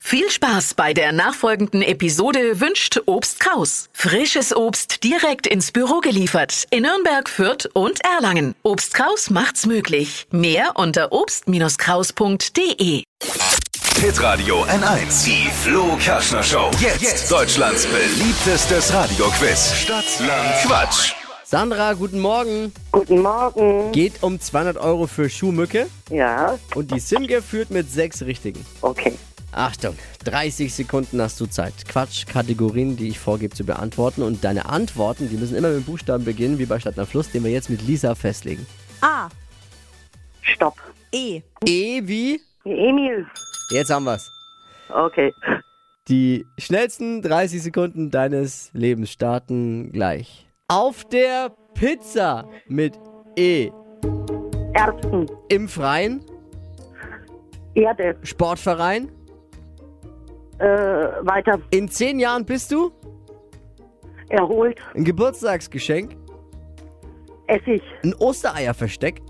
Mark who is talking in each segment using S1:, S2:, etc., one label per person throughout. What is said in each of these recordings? S1: Viel Spaß bei der nachfolgenden Episode wünscht Obst Kraus. Frisches Obst direkt ins Büro geliefert in Nürnberg, Fürth und Erlangen. Obst Kraus macht's möglich. Mehr unter obst-kraus.de.
S2: Pit Radio N1, die Flo Kaschner Show. Jetzt, Deutschlands beliebtestes Radioquiz. Stadt, Land, Quatsch.
S3: Sandra, guten Morgen.
S4: Guten Morgen.
S3: Geht um 200 Euro für Schuhmücke
S4: Ja,
S3: und die Simge führt mit sechs Richtigen.
S4: okay.
S3: Achtung, 30 Sekunden hast du Zeit. Quatsch, Kategorien, die ich vorgebe zu beantworten und deine Antworten, die müssen immer mit Buchstaben beginnen, wie bei Stadt nach Fluss, den wir jetzt mit Lisa festlegen.
S5: A.
S4: Stopp.
S5: E.
S3: E wie?
S4: Emil.
S3: Jetzt haben wir's.
S4: Okay.
S3: Die schnellsten 30 Sekunden deines Lebens starten gleich. Auf der Pizza mit E.
S4: Erbsen.
S3: Im Freien,
S4: Erde.
S3: Sportverein.
S4: Äh, weiter.
S3: In 10 Jahren bist du
S4: Erholt.
S3: ein Geburtstagsgeschenk.
S4: Essig.
S3: Ein Ostereierversteck,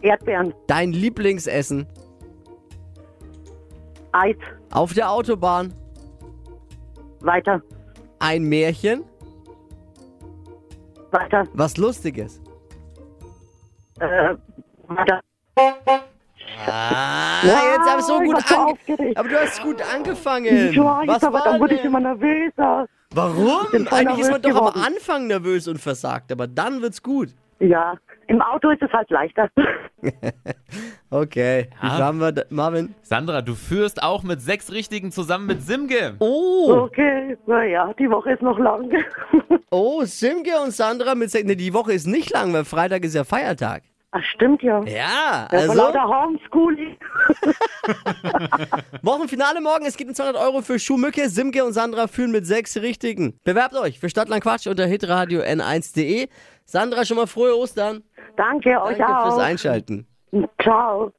S4: Erdbeeren.
S3: dein Lieblingsessen,
S4: Eis.
S3: auf der Autobahn,
S4: Weiter.
S3: ein Märchen,
S4: Weiter.
S3: was Lustiges.
S4: Äh, weiter.
S3: Ah,
S4: Ja,
S3: jetzt aber so
S4: ich
S3: gut
S4: war so
S3: ange-
S4: aufgeregt.
S3: Aber du hast gut angefangen.
S4: Ich weiß,
S3: Hm, was
S4: aber
S3: war
S4: dann ah, wurde ich
S3: denn?
S4: immer nervöser.
S3: Warum?
S4: bin voll
S3: Eigentlich ist man
S4: nervös
S3: doch am
S4: geworden.
S3: Anfang nervös und versagt, aber dann wird's gut.
S4: Ja, im Auto ist es halt leichter.
S3: Okay, wie
S6: Ja.
S3: haben wir da, Marvin?
S6: Sandra, du führst auch mit sechs Richtigen zusammen mit Simge.
S3: Oh,
S4: Okay, naja, die Woche ist noch lang.
S3: oh, Simke und Sandra mit Sek- Ne, die Woche ist nicht lang, weil Freitag ist ja Feiertag.
S4: Ach, stimmt ja.
S3: Ja,
S4: Ja, Von
S3: also
S4: lauter Homeschooling.
S3: Wochenfinale morgen. Es gibt 200 Euro für Schuhmücke. Simke und Sandra führen mit sechs Richtigen. Bewerbt euch für Stadtland Quatsch unter hitradio n1.de. Sandra, schon mal frohe Ostern.
S4: Danke euch
S3: Danke
S4: auch.
S3: fürs Einschalten.
S4: Ciao.